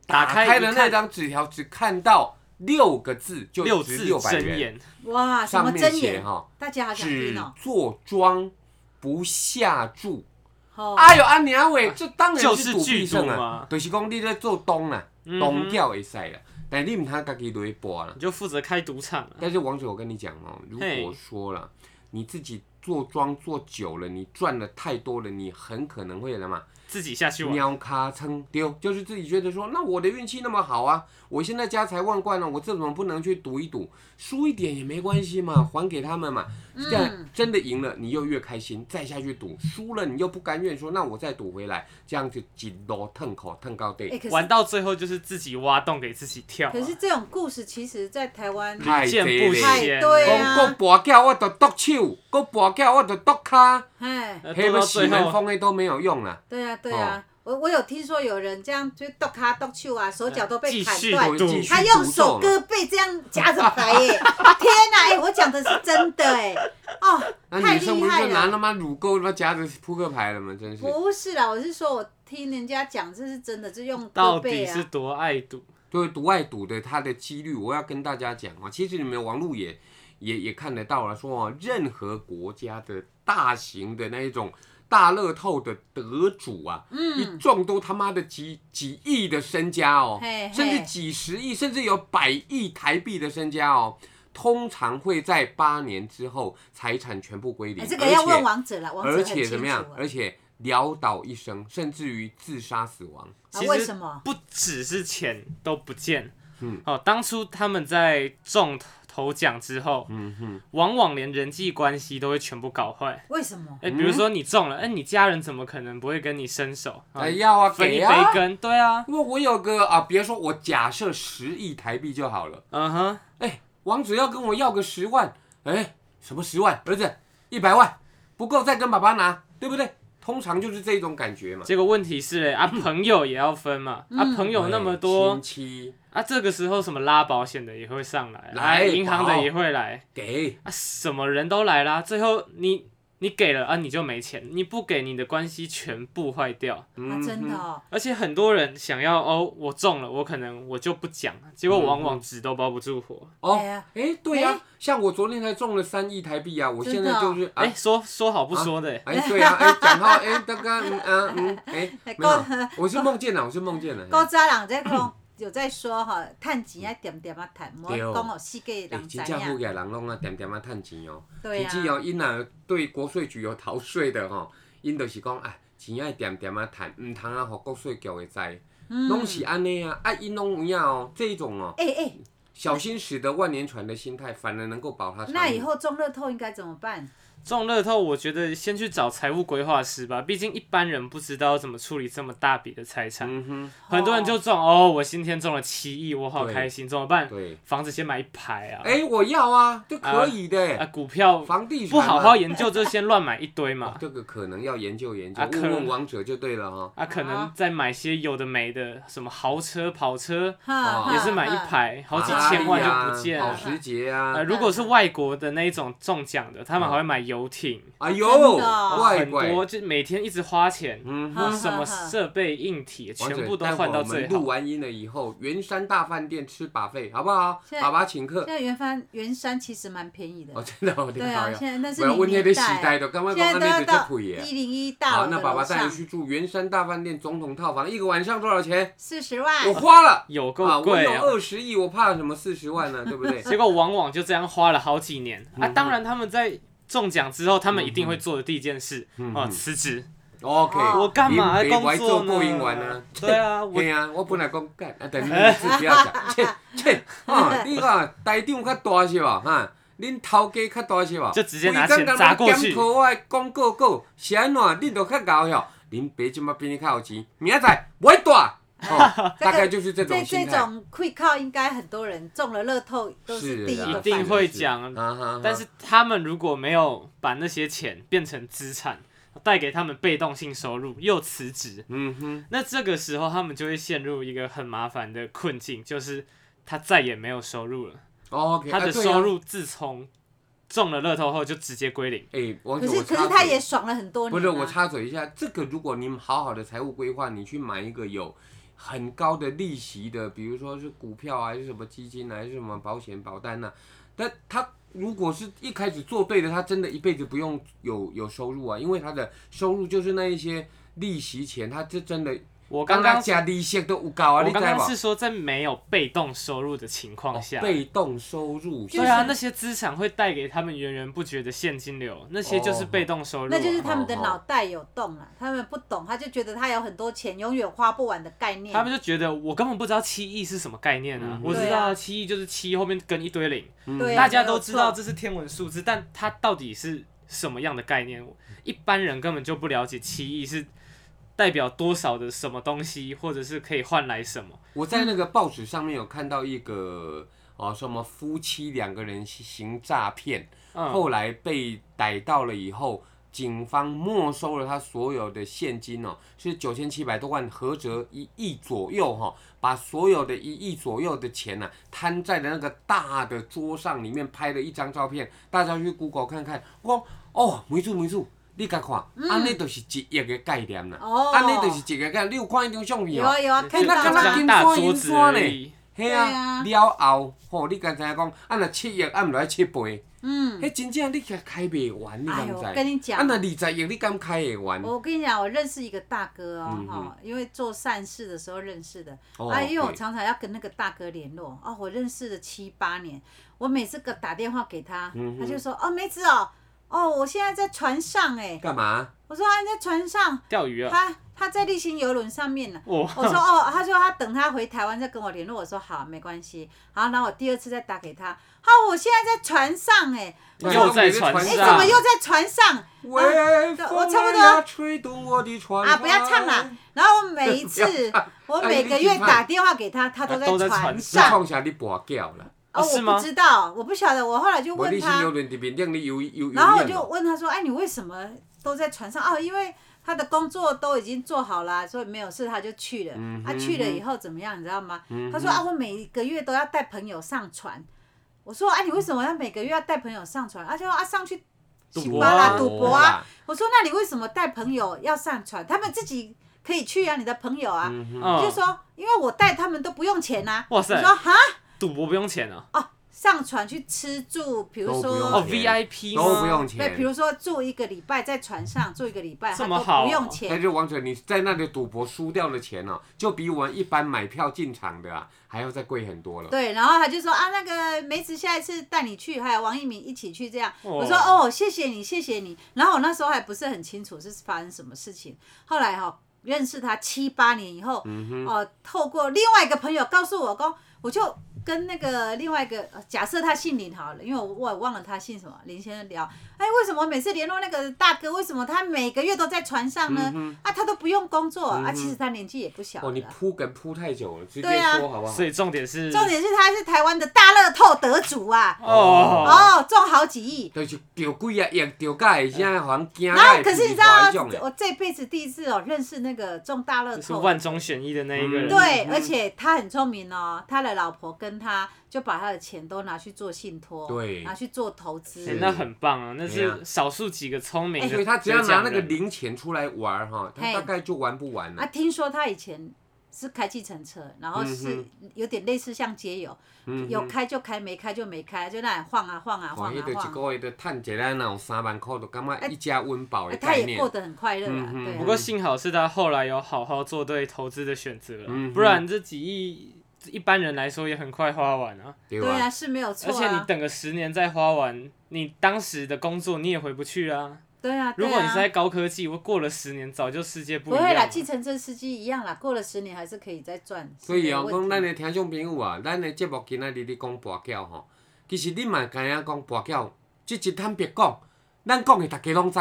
Speaker 3: 打
Speaker 1: 打
Speaker 3: 开
Speaker 1: 开
Speaker 3: 一
Speaker 1: 了那
Speaker 3: 看
Speaker 1: 张纸条，只看到六个字，就
Speaker 3: 六
Speaker 1: 值
Speaker 3: 字
Speaker 1: 六百
Speaker 3: 真
Speaker 1: 元。
Speaker 3: 言，
Speaker 2: 哇，啊什么
Speaker 1: 上面
Speaker 2: 真
Speaker 1: 写
Speaker 2: 言
Speaker 1: 哈，
Speaker 2: 大家好想
Speaker 1: 只
Speaker 2: 听哦。
Speaker 1: 做庄不下注。
Speaker 2: 哦
Speaker 1: 哎呦，阿娘喂，这当
Speaker 3: 啊就
Speaker 1: 然
Speaker 3: 是
Speaker 1: 赌必
Speaker 3: 剧
Speaker 1: 胜
Speaker 3: 毒
Speaker 1: 啊
Speaker 3: 嘛！
Speaker 1: 就是讲你在做东啊，
Speaker 3: 嗯哼
Speaker 1: 东调会使啦，但你唔通家己来博啦
Speaker 3: 你。就负责开赌场啊。
Speaker 1: 但是王子，我跟你讲哦，如果
Speaker 3: 嘿
Speaker 1: 说了你自己做庄做久了，你赚的太多了，你很可能会什么？
Speaker 3: 自己下去玩。
Speaker 1: 喵咔蹭丢，就是自己觉得说，那我的运气那么好啊，我现在家财万贯了、啊我这怎么不能去赌一赌，输一点也没关系嘛，还给他们嘛。
Speaker 3: 嗯
Speaker 1: 这样真的赢了，你又越开心，再下去赌，输了你又不甘愿说，那我再赌回来，这样子几路腾口腾高
Speaker 2: 哎，
Speaker 1: 地，
Speaker 2: 可
Speaker 3: 玩
Speaker 2: 是
Speaker 3: 到最后就是自己挖洞给自己跳、啊。
Speaker 2: 可是这种故事，其实在台湾
Speaker 1: 太
Speaker 3: 见
Speaker 1: 贼
Speaker 3: 不
Speaker 1: 嘞
Speaker 2: 太
Speaker 3: 鲜，
Speaker 2: 对啊
Speaker 1: 讲讲跋筊我就剁手，讲跋筊我就剁骹，
Speaker 2: 哎，
Speaker 3: 呃
Speaker 1: 黑
Speaker 3: 斗
Speaker 1: 个
Speaker 3: 到
Speaker 1: 洗
Speaker 3: 最
Speaker 1: 门
Speaker 3: 后，
Speaker 1: 风的都没有用啦。
Speaker 2: 对啊对
Speaker 1: 哦
Speaker 2: 啊，我我有听说有人这样就剁卡剁手啊，手脚都被
Speaker 3: 继
Speaker 2: 砍
Speaker 3: 续
Speaker 2: 断
Speaker 1: 我，
Speaker 3: 赌
Speaker 1: 继续
Speaker 2: 他用
Speaker 1: 诅咒了
Speaker 2: 手胳膊这样夹着牌 耶！天哪，哎，我讲的是真的哎，哦，
Speaker 1: 那
Speaker 2: 太
Speaker 1: 女生
Speaker 2: 厉
Speaker 1: 不是
Speaker 2: 害
Speaker 1: 就拿
Speaker 2: 了。
Speaker 1: 他妈乳沟他妈夹着扑克牌了吗？真是，
Speaker 2: 不是啦，我是说我听人家讲这是真的，就用
Speaker 3: 到
Speaker 2: 胳
Speaker 3: 底
Speaker 2: 膊
Speaker 3: 是
Speaker 2: 啊。
Speaker 3: 多爱赌？
Speaker 1: 就是赌外赌的它的几率，我要跟大家讲啊，其实你们网络也也也看得到了，说哦，任何国家的大型的那一种大乐透的得主啊，
Speaker 2: 嗯
Speaker 1: 一中都他妈的几几亿的身家哦，
Speaker 2: 嘿嘿
Speaker 1: 甚至几十亿，甚至有百亿台币的身家哦。通常会在八年之后财产全部归零，
Speaker 2: 哎，这个
Speaker 1: 而
Speaker 2: 要
Speaker 1: 且
Speaker 2: 问王者了，王者
Speaker 1: 而
Speaker 2: 很
Speaker 1: 且
Speaker 2: 清
Speaker 1: 怎
Speaker 2: 楚
Speaker 1: 么
Speaker 2: 啊
Speaker 1: 样？。而且潦倒一生，甚至于自杀死亡。
Speaker 2: 啊
Speaker 3: 其
Speaker 2: 为
Speaker 3: 实
Speaker 2: 什么
Speaker 3: 不只是钱都不见。嗯，哦，当初他们在中头奖之后，嗯哼，往往连人际关系都会全部搞坏。
Speaker 2: 为什么？
Speaker 1: 嗯
Speaker 3: 哎、比如说你中了，哎、你家人怎么可能不会跟你伸手？哦
Speaker 1: 哎，要啊，
Speaker 3: 分一
Speaker 1: 给
Speaker 3: 杯
Speaker 1: 啊，
Speaker 3: 羹，对啊，
Speaker 1: 因为我有个啊，别说我假设十亿台币就好了。
Speaker 3: 嗯哼，
Speaker 1: 哎，王子要跟我要个十万，哎，什么十万？儿子，一百万不够再跟爸爸拿，对不对？通常就是这种感觉嘛。
Speaker 3: 结果问题是嘞，啊，朋友也要分嘛，啊，朋友那么多
Speaker 1: 哎亲，戚
Speaker 3: 啊，这个时候什么拉保险的也会上来，
Speaker 1: 来
Speaker 3: 啊银行的
Speaker 1: 保
Speaker 3: 也会来，
Speaker 1: 给
Speaker 3: 啊，什么人都来啦，最后你你给了啊，你就没钱，你不给你的关系全部坏掉，
Speaker 1: 嗯
Speaker 2: 啊，真的哦，
Speaker 3: 而且很多人想要哦，我中了，我可能我就不讲，结果往往纸都包不住火。
Speaker 1: 哦，
Speaker 2: 哎呀
Speaker 1: 哎，对呀
Speaker 2: 哎，
Speaker 1: 像我昨天才中了三亿台币啊，我现
Speaker 2: 真的
Speaker 1: 在
Speaker 2: 哦
Speaker 1: 就是啊
Speaker 3: 哎、，说说好不说的、
Speaker 1: 哎，对啊，哎，讲到哎，刚刚嗯啊嗯，哎，没有
Speaker 2: 够，
Speaker 1: 我是梦见了，我是梦见了。
Speaker 2: 古早人在讲，有在说吼，趁钱要点点啊趁，莫
Speaker 1: 对哦
Speaker 2: 讲哦，世
Speaker 1: 哎，
Speaker 2: 界人知
Speaker 1: 真正好
Speaker 2: 影。
Speaker 1: 嘅人拢啊，点点啊趁钱哦。
Speaker 2: 对
Speaker 1: 甚至
Speaker 2: 啊，
Speaker 1: 哦，因若对国税局有逃税的吼，因就是讲啊，钱爱点点啊趁，毋通啊，互国税局会知，
Speaker 2: 嗯
Speaker 1: 拢是安尼啊。啊，因拢有影哦，这一种哦，
Speaker 2: 哎哎，
Speaker 1: 小心驶得万年船的心态，反而能够保他长
Speaker 2: 那以
Speaker 1: 命
Speaker 2: 后中乐透应该怎么办？
Speaker 3: 中乐透，我觉得先去找财务规划师吧，毕竟一般人不知道怎么处理这么大笔的财产。
Speaker 1: 嗯 哼，
Speaker 3: 很多人就中哦，我今天中了七亿，我好
Speaker 1: 对
Speaker 3: 开心，怎么办？
Speaker 1: 对。
Speaker 3: 房子先买一排啊，
Speaker 1: 哎、我要啊，就可以的、
Speaker 3: 啊，股票
Speaker 1: 房地产啊
Speaker 3: 不
Speaker 1: 嘛
Speaker 3: 好好研究就先乱买一堆
Speaker 1: 哦
Speaker 3: 嘛，
Speaker 1: 这个可能要研究研究，
Speaker 3: 啊可
Speaker 1: 问
Speaker 3: 能
Speaker 1: 问王者就对了哦哈、
Speaker 3: 啊，可能再买些有的没的，什么豪车、跑车，
Speaker 1: 哦
Speaker 2: 哈
Speaker 3: 也是买一，
Speaker 2: 哈哈
Speaker 3: 排，好几
Speaker 1: 法拉利
Speaker 3: 千万
Speaker 1: 啊
Speaker 3: 就不见
Speaker 1: 保
Speaker 3: 了。
Speaker 1: 时捷啊，
Speaker 3: 呃，如果是外国的那一种中奖的，他们还会买游艇，
Speaker 1: 哎呦，
Speaker 2: 真的哦
Speaker 1: 外
Speaker 3: 很
Speaker 1: 拐，
Speaker 3: 多就每天一直花钱，
Speaker 1: 嗯
Speaker 2: 哈
Speaker 1: 哼，
Speaker 2: 哈
Speaker 3: 什么设备、硬体
Speaker 1: 王
Speaker 3: 全
Speaker 1: 者
Speaker 3: 部都
Speaker 1: 待会
Speaker 3: 换 到
Speaker 1: 我们
Speaker 3: 最
Speaker 1: 录
Speaker 3: 好。
Speaker 1: 完音了以后，圆山大饭店吃把费好不好？
Speaker 2: 现在
Speaker 1: 爸爸请
Speaker 2: 现
Speaker 1: 客。
Speaker 2: 在圆山圆山其实蛮便宜的
Speaker 1: 哦，，真的，我听
Speaker 2: 对
Speaker 1: 到
Speaker 2: 啊，
Speaker 1: 呀。
Speaker 2: 现在但是
Speaker 1: 我要
Speaker 2: 你
Speaker 1: 问那个
Speaker 2: 年
Speaker 1: 时代的，刚刚
Speaker 2: 现在
Speaker 1: 讲
Speaker 2: 都
Speaker 1: 那
Speaker 2: 要
Speaker 1: 边就
Speaker 2: 到
Speaker 1: 贵耶。
Speaker 2: 一零一大
Speaker 1: 好，
Speaker 2: 楼
Speaker 1: 那
Speaker 2: 的
Speaker 1: 爸爸
Speaker 2: 楼
Speaker 1: 带你
Speaker 2: 上
Speaker 1: 去住圆山大饭店总统套房，一个晚上多少钱？
Speaker 2: 四十万
Speaker 1: 我，花了。
Speaker 3: 有
Speaker 1: 啊，
Speaker 3: 够
Speaker 1: 我
Speaker 3: 贵
Speaker 1: 有
Speaker 3: 哦！
Speaker 1: 二十亿，我怕什么四十万呢、对不 对？
Speaker 3: 结果往往就这样花了好几年
Speaker 1: 嗯
Speaker 3: 啊。当然，他们在中奖之后，他们一定会做的第一件事
Speaker 1: 嗯
Speaker 3: 哦，辞职。
Speaker 1: OK，
Speaker 2: 哦
Speaker 3: 我干嘛
Speaker 1: 你
Speaker 3: 工
Speaker 1: 做
Speaker 3: 作
Speaker 1: 过瘾玩啊
Speaker 3: 呢？对啊，我
Speaker 1: 嘿啊，我本来讲干，啊，但是你自己要 讲，切切，哈，你看台长较大是吧？哈，恁头家较大是吧？
Speaker 3: 就直接拿钱砸过去
Speaker 1: 规天都在检讨我的广告稿是安怎？恁都较搞哟，恁爸即马比你较有钱，明仔我大， 哦大概就是这种
Speaker 2: 这这
Speaker 1: 心态。
Speaker 2: 种 quick call 应该很多人中了乐透都
Speaker 1: 是
Speaker 2: 是第一
Speaker 1: 啊
Speaker 2: 个
Speaker 3: 一定
Speaker 2: 反应
Speaker 3: 会
Speaker 1: 啊
Speaker 3: 讲
Speaker 1: 哈哈
Speaker 3: 但是他们如果没有把那些钱变成资产，带给他们被动性收入，又辞职，
Speaker 1: 嗯哼，
Speaker 3: 那这个时候他们就会陷入一个很麻烦的困境，就是他再也没有收入了，
Speaker 1: 哦，OK，
Speaker 3: 他
Speaker 1: 啊
Speaker 3: 的
Speaker 1: 对啊
Speaker 3: 收入自从中了乐透后就直接归零。
Speaker 1: 哎，王
Speaker 2: 可
Speaker 1: 姐，
Speaker 2: 是
Speaker 1: 我
Speaker 2: 可
Speaker 1: 插
Speaker 2: 是他
Speaker 1: 嘴
Speaker 2: 也爽了很多年、啊。
Speaker 1: 不是，我哦插嘴一下，这个如果你好好的财务规划，你去买一个有很高的利息的，比如说是股票啊，还是什么基金啊，还是什么保险保单呐、但他如果是一开始做对的，他真的一辈子不用有有收入啊，因为他的收入就是那一些利息钱，他这真的
Speaker 3: 我
Speaker 1: 我
Speaker 3: 刚刚
Speaker 1: 加利息都有高啊，
Speaker 3: 我
Speaker 1: 你知
Speaker 3: 刚
Speaker 1: 道
Speaker 3: 刚
Speaker 1: 吧？
Speaker 3: 是说在没有被动收入的情况
Speaker 1: 哦
Speaker 3: 下。
Speaker 1: 被动收入，
Speaker 3: 对啊，那些资产会带给他们源源不绝的现金流，那些就是被动收入
Speaker 2: 哦
Speaker 3: 啊、
Speaker 2: 那就是他们的脑袋有洞啊，他们不懂，他就觉得他有很多钱，永远花不完的概念。
Speaker 3: 他们就觉得我根本不知道七亿是什么概念啊！
Speaker 1: 嗯
Speaker 3: 我知
Speaker 2: 对
Speaker 3: 道
Speaker 2: 啊
Speaker 3: 啊七亿就是七后面跟一堆零，
Speaker 2: 对啊
Speaker 3: 大家都知道
Speaker 2: 没有错
Speaker 3: 这是天文数字，但它到底是什么样的概念？我一般人根本就不了解七亿是代表多少的什么东西，或者是可以换来什么。
Speaker 1: 我在那个报纸上面有看到一个哦，什么夫妻两个人行诈骗，
Speaker 3: 嗯，
Speaker 1: 后来被逮到了以后，警方没收了他所有的现金哦，是九千七百多万，合折一亿左右哈、哦，把所有的一亿左右的钱呢、摊在了那个大的桌上里面，拍了一张照片，大家去 Google 看看。我讲哦，梅住梅住，你甲看，安尼、就是一亿的概念啦，
Speaker 2: 嗯哦
Speaker 1: 安尼、就是一个概念。你有看一张相片
Speaker 2: 有
Speaker 1: 哦
Speaker 2: 啊？有啊，看
Speaker 3: 就
Speaker 1: 那跟
Speaker 2: 到
Speaker 3: 这
Speaker 1: 那
Speaker 2: 了
Speaker 1: 金
Speaker 3: 张大
Speaker 1: 山
Speaker 3: 桌
Speaker 1: 银
Speaker 3: 子
Speaker 1: 山
Speaker 3: 而
Speaker 1: 嘞
Speaker 3: 已。
Speaker 1: 嘿
Speaker 2: 对
Speaker 1: 啊，
Speaker 2: 啊
Speaker 1: 了后吼，你刚才讲，啊若七亿，啊毋来七倍，
Speaker 2: 嗯，
Speaker 1: 迄真正你开开袂完，你
Speaker 2: 哎
Speaker 1: 敢
Speaker 2: 呦，
Speaker 1: 知？
Speaker 2: 我跟你
Speaker 1: 啊
Speaker 2: 讲，
Speaker 1: 若二十亿，你敢开会完？
Speaker 2: 我跟你讲，我认识一个大哥哦
Speaker 1: 嗯，哼
Speaker 2: 哈、因为做善事的时候认识的。
Speaker 1: 哦
Speaker 2: 啊，因为我
Speaker 1: 对
Speaker 2: 常常要跟那个大哥联络哦，我认识了七八年，我每次个打电话给他，
Speaker 1: 嗯哼
Speaker 2: 他就说哦，梅子哦，哦，我现在在船上哎，
Speaker 1: 干嘛？
Speaker 2: 我说啊，你在船上，
Speaker 3: 钓鱼啊！
Speaker 2: 他他在例行游轮上面 呢。
Speaker 3: 我
Speaker 2: 我说哦，他说他等他回台湾再跟我联络。我说好，没关系。好，然后我第二次再打给他，好，我现在在船上哎、
Speaker 3: 又在船
Speaker 2: 哎、
Speaker 3: 上
Speaker 2: 怎么又在船上？
Speaker 1: 微
Speaker 2: 对
Speaker 1: 风
Speaker 2: 我差不多
Speaker 1: 呀吹动我的船
Speaker 2: 啊，不要唱啦！然后我每一次，我每个月打电话给他，他都在
Speaker 3: 都在
Speaker 2: 船
Speaker 3: 船
Speaker 1: 你
Speaker 2: 上。
Speaker 1: 创啥你跋筊啦？
Speaker 2: 哦
Speaker 3: 哦是
Speaker 2: 我
Speaker 3: 吗
Speaker 2: 不知道，我不晓得。我后来就
Speaker 1: 我
Speaker 2: 问
Speaker 1: 你是
Speaker 2: 他
Speaker 1: 有，人伫面顶你游游游
Speaker 2: 然后我
Speaker 1: 泳
Speaker 2: 就
Speaker 1: 嘛？
Speaker 2: 问他说：“哎，你为什么都在船上？”哦，因为他的工作都已经做好了，啊所以没有事他就去了。
Speaker 1: 嗯
Speaker 2: 他、
Speaker 1: 哼
Speaker 2: 去了以后怎么样，你知道吗？
Speaker 1: 嗯
Speaker 2: 他说：“啊，我每个月都要带朋友上船。”我说：“哎、你为什么要每个月要带朋友上船？”他说：“啊，上去
Speaker 1: 赌
Speaker 2: 洗
Speaker 1: 博
Speaker 2: 吧啦，
Speaker 1: 啊，
Speaker 2: 赌博啊。”，我说：“那你为什么带朋友要上船？他们自己可以去啊，你的朋友啊。
Speaker 3: 嗯
Speaker 2: 就说：“因为我带他们都不用钱呐、啊。”
Speaker 3: 哇塞
Speaker 2: 我说：“哈，
Speaker 3: 赌博不用钱啊，
Speaker 2: 哦，上船去吃住，比如
Speaker 1: 都不用
Speaker 2: 说
Speaker 3: 哦
Speaker 1: 钱
Speaker 3: VIP
Speaker 1: 都
Speaker 3: 吗
Speaker 1: 不用
Speaker 2: 对，比
Speaker 1: 钱，
Speaker 2: 如说住一个礼拜在船上住一个礼拜，
Speaker 3: 哦这
Speaker 2: 他
Speaker 3: 么
Speaker 2: 都
Speaker 3: 好
Speaker 2: 不用
Speaker 1: 那
Speaker 2: 钱。
Speaker 1: 就完全你在那里赌博输掉的钱哦，就比我们一般买票进场的啊还要再贵很多了。
Speaker 2: 对，然后他就说啊，那个梅子下一次带你去，还有王一鸣一起去这样。
Speaker 3: 哦
Speaker 2: 我说哦，谢谢你，谢谢你。然后我那时候还不是很清楚是发生什么事情，后来哈、认识他七八年以后，哦、
Speaker 1: 嗯
Speaker 2: 透过另外一个朋友告诉我，公我就跟那个另外一个呃假设他姓林好了，因为我我也忘了他姓什么，林先生聊，哎，为什么每次联络那个大哥，为什么他每个月都在船上
Speaker 1: 嗯
Speaker 2: 呢？啊，他都不用工作、啊，其实他年纪也不小了
Speaker 1: 哦，你
Speaker 2: 啦。
Speaker 1: 铺梗铺太久了，直接
Speaker 2: 对啊
Speaker 1: 说好不好
Speaker 3: 所？以重点是
Speaker 2: 重点是他是台湾的大乐透得主啊，
Speaker 3: 哦，
Speaker 2: 哦，中好几亿。
Speaker 1: 就是着鬼啊，也着甲，现在还惊
Speaker 2: 然后
Speaker 1: 啊，
Speaker 2: 可是你知道
Speaker 1: 种
Speaker 3: 欸
Speaker 1: 的，
Speaker 2: 我这辈子第一次哦认识那个中大乐
Speaker 3: 就是
Speaker 2: 透，
Speaker 3: 万中选一的那一个人，
Speaker 2: 对，
Speaker 1: 嗯
Speaker 2: 而且他很聪明哦，他的老婆跟他就把他的钱都拿去做信托，
Speaker 1: 对
Speaker 2: 拿去做投资
Speaker 3: 欸。那很棒啊，那
Speaker 1: 对啊
Speaker 3: 是少数几个聪明
Speaker 2: 哎
Speaker 3: 的得奖
Speaker 1: 所
Speaker 3: 人。
Speaker 1: 以他只要拿那个零钱出来玩儿哈，他
Speaker 2: 嘿
Speaker 1: 大概就玩不完
Speaker 2: 啊，
Speaker 1: 了。
Speaker 2: 听说他以前是开计程车，然后是
Speaker 3: 嗯
Speaker 2: 有点类似像街友，有开就开，没开就没开，就那样晃啊晃啊
Speaker 1: 哇，
Speaker 2: 晃
Speaker 1: 伊
Speaker 2: 啊
Speaker 1: 哦就一
Speaker 2: 晃。
Speaker 1: 个月就趁一来，那有三万块，就感觉一家温饱
Speaker 2: 啊
Speaker 1: 的
Speaker 2: 他
Speaker 1: 概
Speaker 2: 也
Speaker 1: 念
Speaker 2: 过。得很快乐啊，
Speaker 1: 嗯嗯
Speaker 2: 对啊。
Speaker 3: 不过幸好是他后来有好好做对投资的选择，
Speaker 1: 嗯
Speaker 3: 不然这几亿一般人来说也很快花完啊。
Speaker 1: 对
Speaker 2: 对
Speaker 1: 吧？
Speaker 2: 啊，是没有错
Speaker 3: 而
Speaker 2: 啊。
Speaker 3: 且你等个十年再花完，你当时的工作你也回不去啊。
Speaker 2: 对啊，对
Speaker 3: 如果你是在
Speaker 2: 啊、
Speaker 3: 高科技，我过了十年早就世界
Speaker 2: 不
Speaker 3: 一
Speaker 2: 会
Speaker 3: 样
Speaker 2: 啦，
Speaker 3: 了。
Speaker 2: 计程车司机一样啦，过了十年还是可以再赚。
Speaker 1: 所以
Speaker 2: 啊
Speaker 1: 哦，，讲咱的听众朋友啊，咱的节目今仔日咧讲跋筊吼，其实你嘛知影讲跋筊，即一坦白讲，咱讲的大家拢知，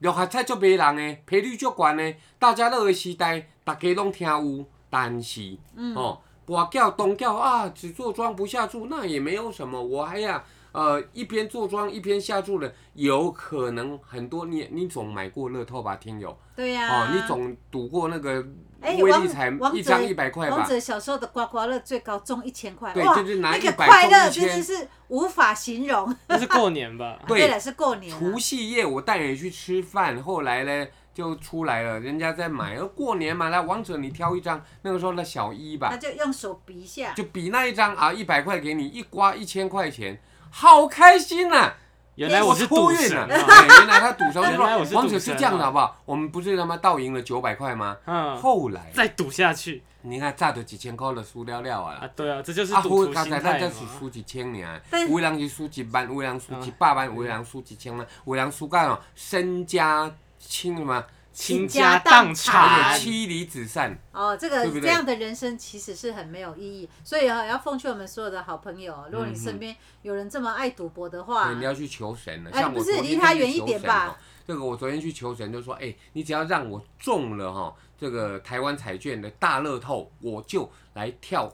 Speaker 1: 六合彩足迷人的，赔率足悬的，大家乐的时代，大家拢听有，但是，
Speaker 2: 嗯
Speaker 1: 哦，跋筊东筊啊，只坐庄不下注，那也没有什么，我还呀。呃，一边坐庄一边下注的，有可能很多你你总买过乐透吧，听友
Speaker 2: 对呀、
Speaker 1: 哦，你总赌过那个
Speaker 2: 哎
Speaker 1: 威
Speaker 2: 王
Speaker 1: 力彩
Speaker 2: 哎王
Speaker 1: 一张
Speaker 2: 者
Speaker 1: 一百块吧？
Speaker 2: 王者小时候的刮刮乐最高中一千块，
Speaker 1: 对
Speaker 2: 哇，
Speaker 1: 就是拿
Speaker 2: 那个
Speaker 1: 100
Speaker 2: 快
Speaker 1: 中
Speaker 2: 乐
Speaker 1: 一千？
Speaker 2: 真的是无法形容。
Speaker 3: 那是过年吧
Speaker 2: 对
Speaker 1: 对，
Speaker 2: 了，是过年啊、
Speaker 1: 除夕夜我带你去吃饭，后来呢就出来了，人家在买，呃过年嘛，来王者你挑一张，那个时候的小一
Speaker 2: 他
Speaker 1: 吧，
Speaker 2: 就用手比一下，
Speaker 1: 就比那一张啊，一百块给你，一刮一千块钱，好开心呐、
Speaker 3: 原来我是
Speaker 1: 出
Speaker 3: 赌
Speaker 1: 运
Speaker 3: 神
Speaker 1: 了，
Speaker 3: 啊！
Speaker 1: 对原来他赌神，
Speaker 3: 原来我是赌神啊
Speaker 1: 王者是这样的好不好？我们不是他妈倒赢了九百块吗？
Speaker 3: 嗯，
Speaker 1: 后来
Speaker 3: 再赌下去
Speaker 1: 你看炸的几千块的输了了啊
Speaker 3: 啊
Speaker 1: 啦，！
Speaker 3: 对啊，这就是
Speaker 1: 啊，
Speaker 3: 赌
Speaker 1: 我
Speaker 3: 徒
Speaker 1: 刚
Speaker 3: 心
Speaker 1: 才咱
Speaker 3: 态
Speaker 1: 这
Speaker 3: 嘛嗯
Speaker 1: 是。输一千尔
Speaker 2: 但，是
Speaker 1: 有的人是输一万，有的人输一百万，有的人输一千万，有的人输到哦身家清什么，
Speaker 3: 倾
Speaker 2: 家
Speaker 3: 家
Speaker 2: 荡
Speaker 3: 荡
Speaker 1: 而
Speaker 2: 产
Speaker 3: 产
Speaker 1: 且，妻离子散。
Speaker 2: 哦，这个
Speaker 1: 对不对
Speaker 2: 这样的人生其实是很没有意义，所以啊，要奉劝我们所有的好朋友哦，如果你身边有人这么爱赌博的话，
Speaker 1: 嗯对，你要去求神了。
Speaker 2: 啊哎
Speaker 1: 像我
Speaker 2: 不是
Speaker 1: 昨天
Speaker 2: 离他
Speaker 1: 就去
Speaker 2: 远一
Speaker 1: 求
Speaker 2: 点
Speaker 1: 神
Speaker 2: 吧
Speaker 1: 哦。这个我昨天去求神就说，哎、你只要让我中了哈、这个台湾彩券的大乐透，我就来跳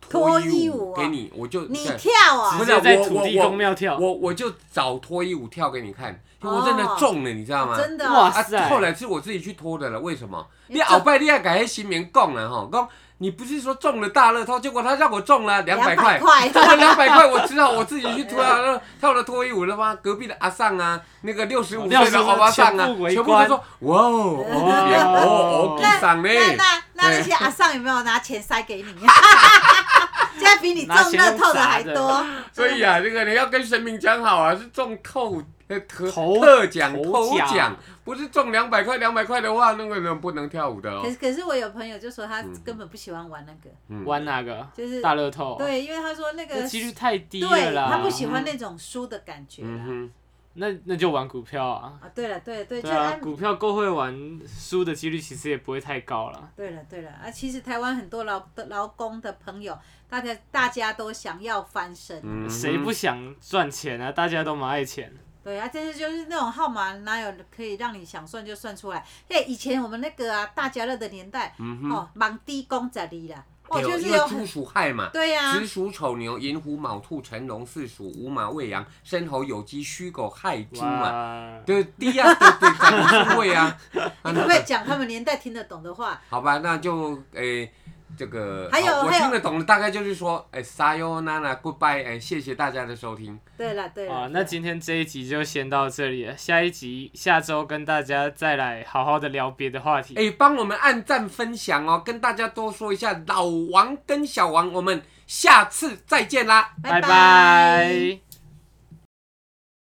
Speaker 2: 脱
Speaker 1: 衣
Speaker 2: 衣舞哦
Speaker 1: 给你，我就
Speaker 2: 你
Speaker 1: 对
Speaker 2: 跳啊、
Speaker 1: 不
Speaker 3: 直
Speaker 1: 是
Speaker 3: 接在
Speaker 1: 我
Speaker 3: 土地
Speaker 1: 我
Speaker 3: 公庙跳。
Speaker 1: 我我就找脱衣舞跳给你看，我真的中了，你知道吗？
Speaker 2: 真的、
Speaker 3: 哇
Speaker 2: 哦，
Speaker 1: 啊
Speaker 3: 塞，
Speaker 1: 后来是我自己去拖的了，为什么？
Speaker 2: 你
Speaker 1: 你
Speaker 2: 中
Speaker 1: 鳌拜你也改黑新棉供了哈，讲你不是说中了大乐透，结果他让我中了两百块
Speaker 2: 200，块
Speaker 1: 中了两百块，我只好我自己去拖啊 了，跳了脱衣舞了吗？隔壁的阿尚啊，那个六
Speaker 3: 哦
Speaker 1: 十五岁的欧巴桑啊，
Speaker 3: 全部围
Speaker 1: 全部都
Speaker 3: 观
Speaker 1: 说哇哦，哦耶哦哦，地上呢，
Speaker 2: 那那那那
Speaker 1: 对
Speaker 2: 些阿尚有没有拿钱塞给 你？现在比你中乐透的还多。
Speaker 3: 哦
Speaker 1: 所以啊，这个你要跟神明讲好啊，是中透。呃特
Speaker 3: 头
Speaker 1: 特奖头
Speaker 3: 头奖
Speaker 1: 奖，不是中两百块，两百块的话，那个人不能跳舞的哦
Speaker 2: 可。是可是我有朋友就说他根本不喜欢玩那个，
Speaker 1: 嗯
Speaker 3: 玩哪个？
Speaker 2: 就是
Speaker 3: 嗯大乐透。，
Speaker 2: 对，因为他说那
Speaker 3: 那
Speaker 2: 个
Speaker 3: 几率太低了
Speaker 2: 对
Speaker 3: 啦。嗯
Speaker 2: 他不喜欢那种输的感觉啦。
Speaker 1: 嗯
Speaker 3: 那那就玩股票啊。
Speaker 2: 啊，对了对了对，就
Speaker 3: 对啊，
Speaker 2: 安
Speaker 3: 股票够会玩，输的几率其实也不会太高了。
Speaker 2: 对了对了啊，其实台湾很多劳劳工的朋友，大家大家都想要翻身，
Speaker 3: 嗯
Speaker 1: 嗯哼，
Speaker 3: 谁不想赚钱啊？大家都蛮爱钱。
Speaker 2: 对啊，但是就是那种号码哪有可以让你想算就算出来？嘿，以前我们那个啊大家乐的年代，哦，忙低公仔里啦，哦，
Speaker 1: 对
Speaker 2: 就是
Speaker 1: 因为
Speaker 2: 有
Speaker 1: 猪
Speaker 2: 很
Speaker 1: 鼠亥嘛，
Speaker 2: 对啊呀、
Speaker 1: 子鼠、丑牛、寅虎、卯兔、辰龙、巳鼠、午马、未羊、申猴、酉鸡、戌狗、亥猪嘛。
Speaker 3: 哇，
Speaker 1: 对，第一啊，对对，讲不会啊。
Speaker 2: 你可不可以讲他们年代听得懂的话？
Speaker 1: 好吧，那就诶、这个
Speaker 2: 还有
Speaker 1: 好我
Speaker 2: 还有
Speaker 1: 听得懂的大概就是说，诶、撒 s a n a n a goodbye，诶、谢谢大家的收听。
Speaker 2: 对了 对
Speaker 3: 啊
Speaker 2: 了，，
Speaker 3: 那今天这一集就先到这里了，下一集下周跟大家再来好好的聊别的话
Speaker 2: 嗯
Speaker 3: 题。
Speaker 1: 诶、帮我们按赞分享哦，跟大家多说一下，老王跟小王，我们下次再见啦。
Speaker 2: 拜
Speaker 3: 拜拜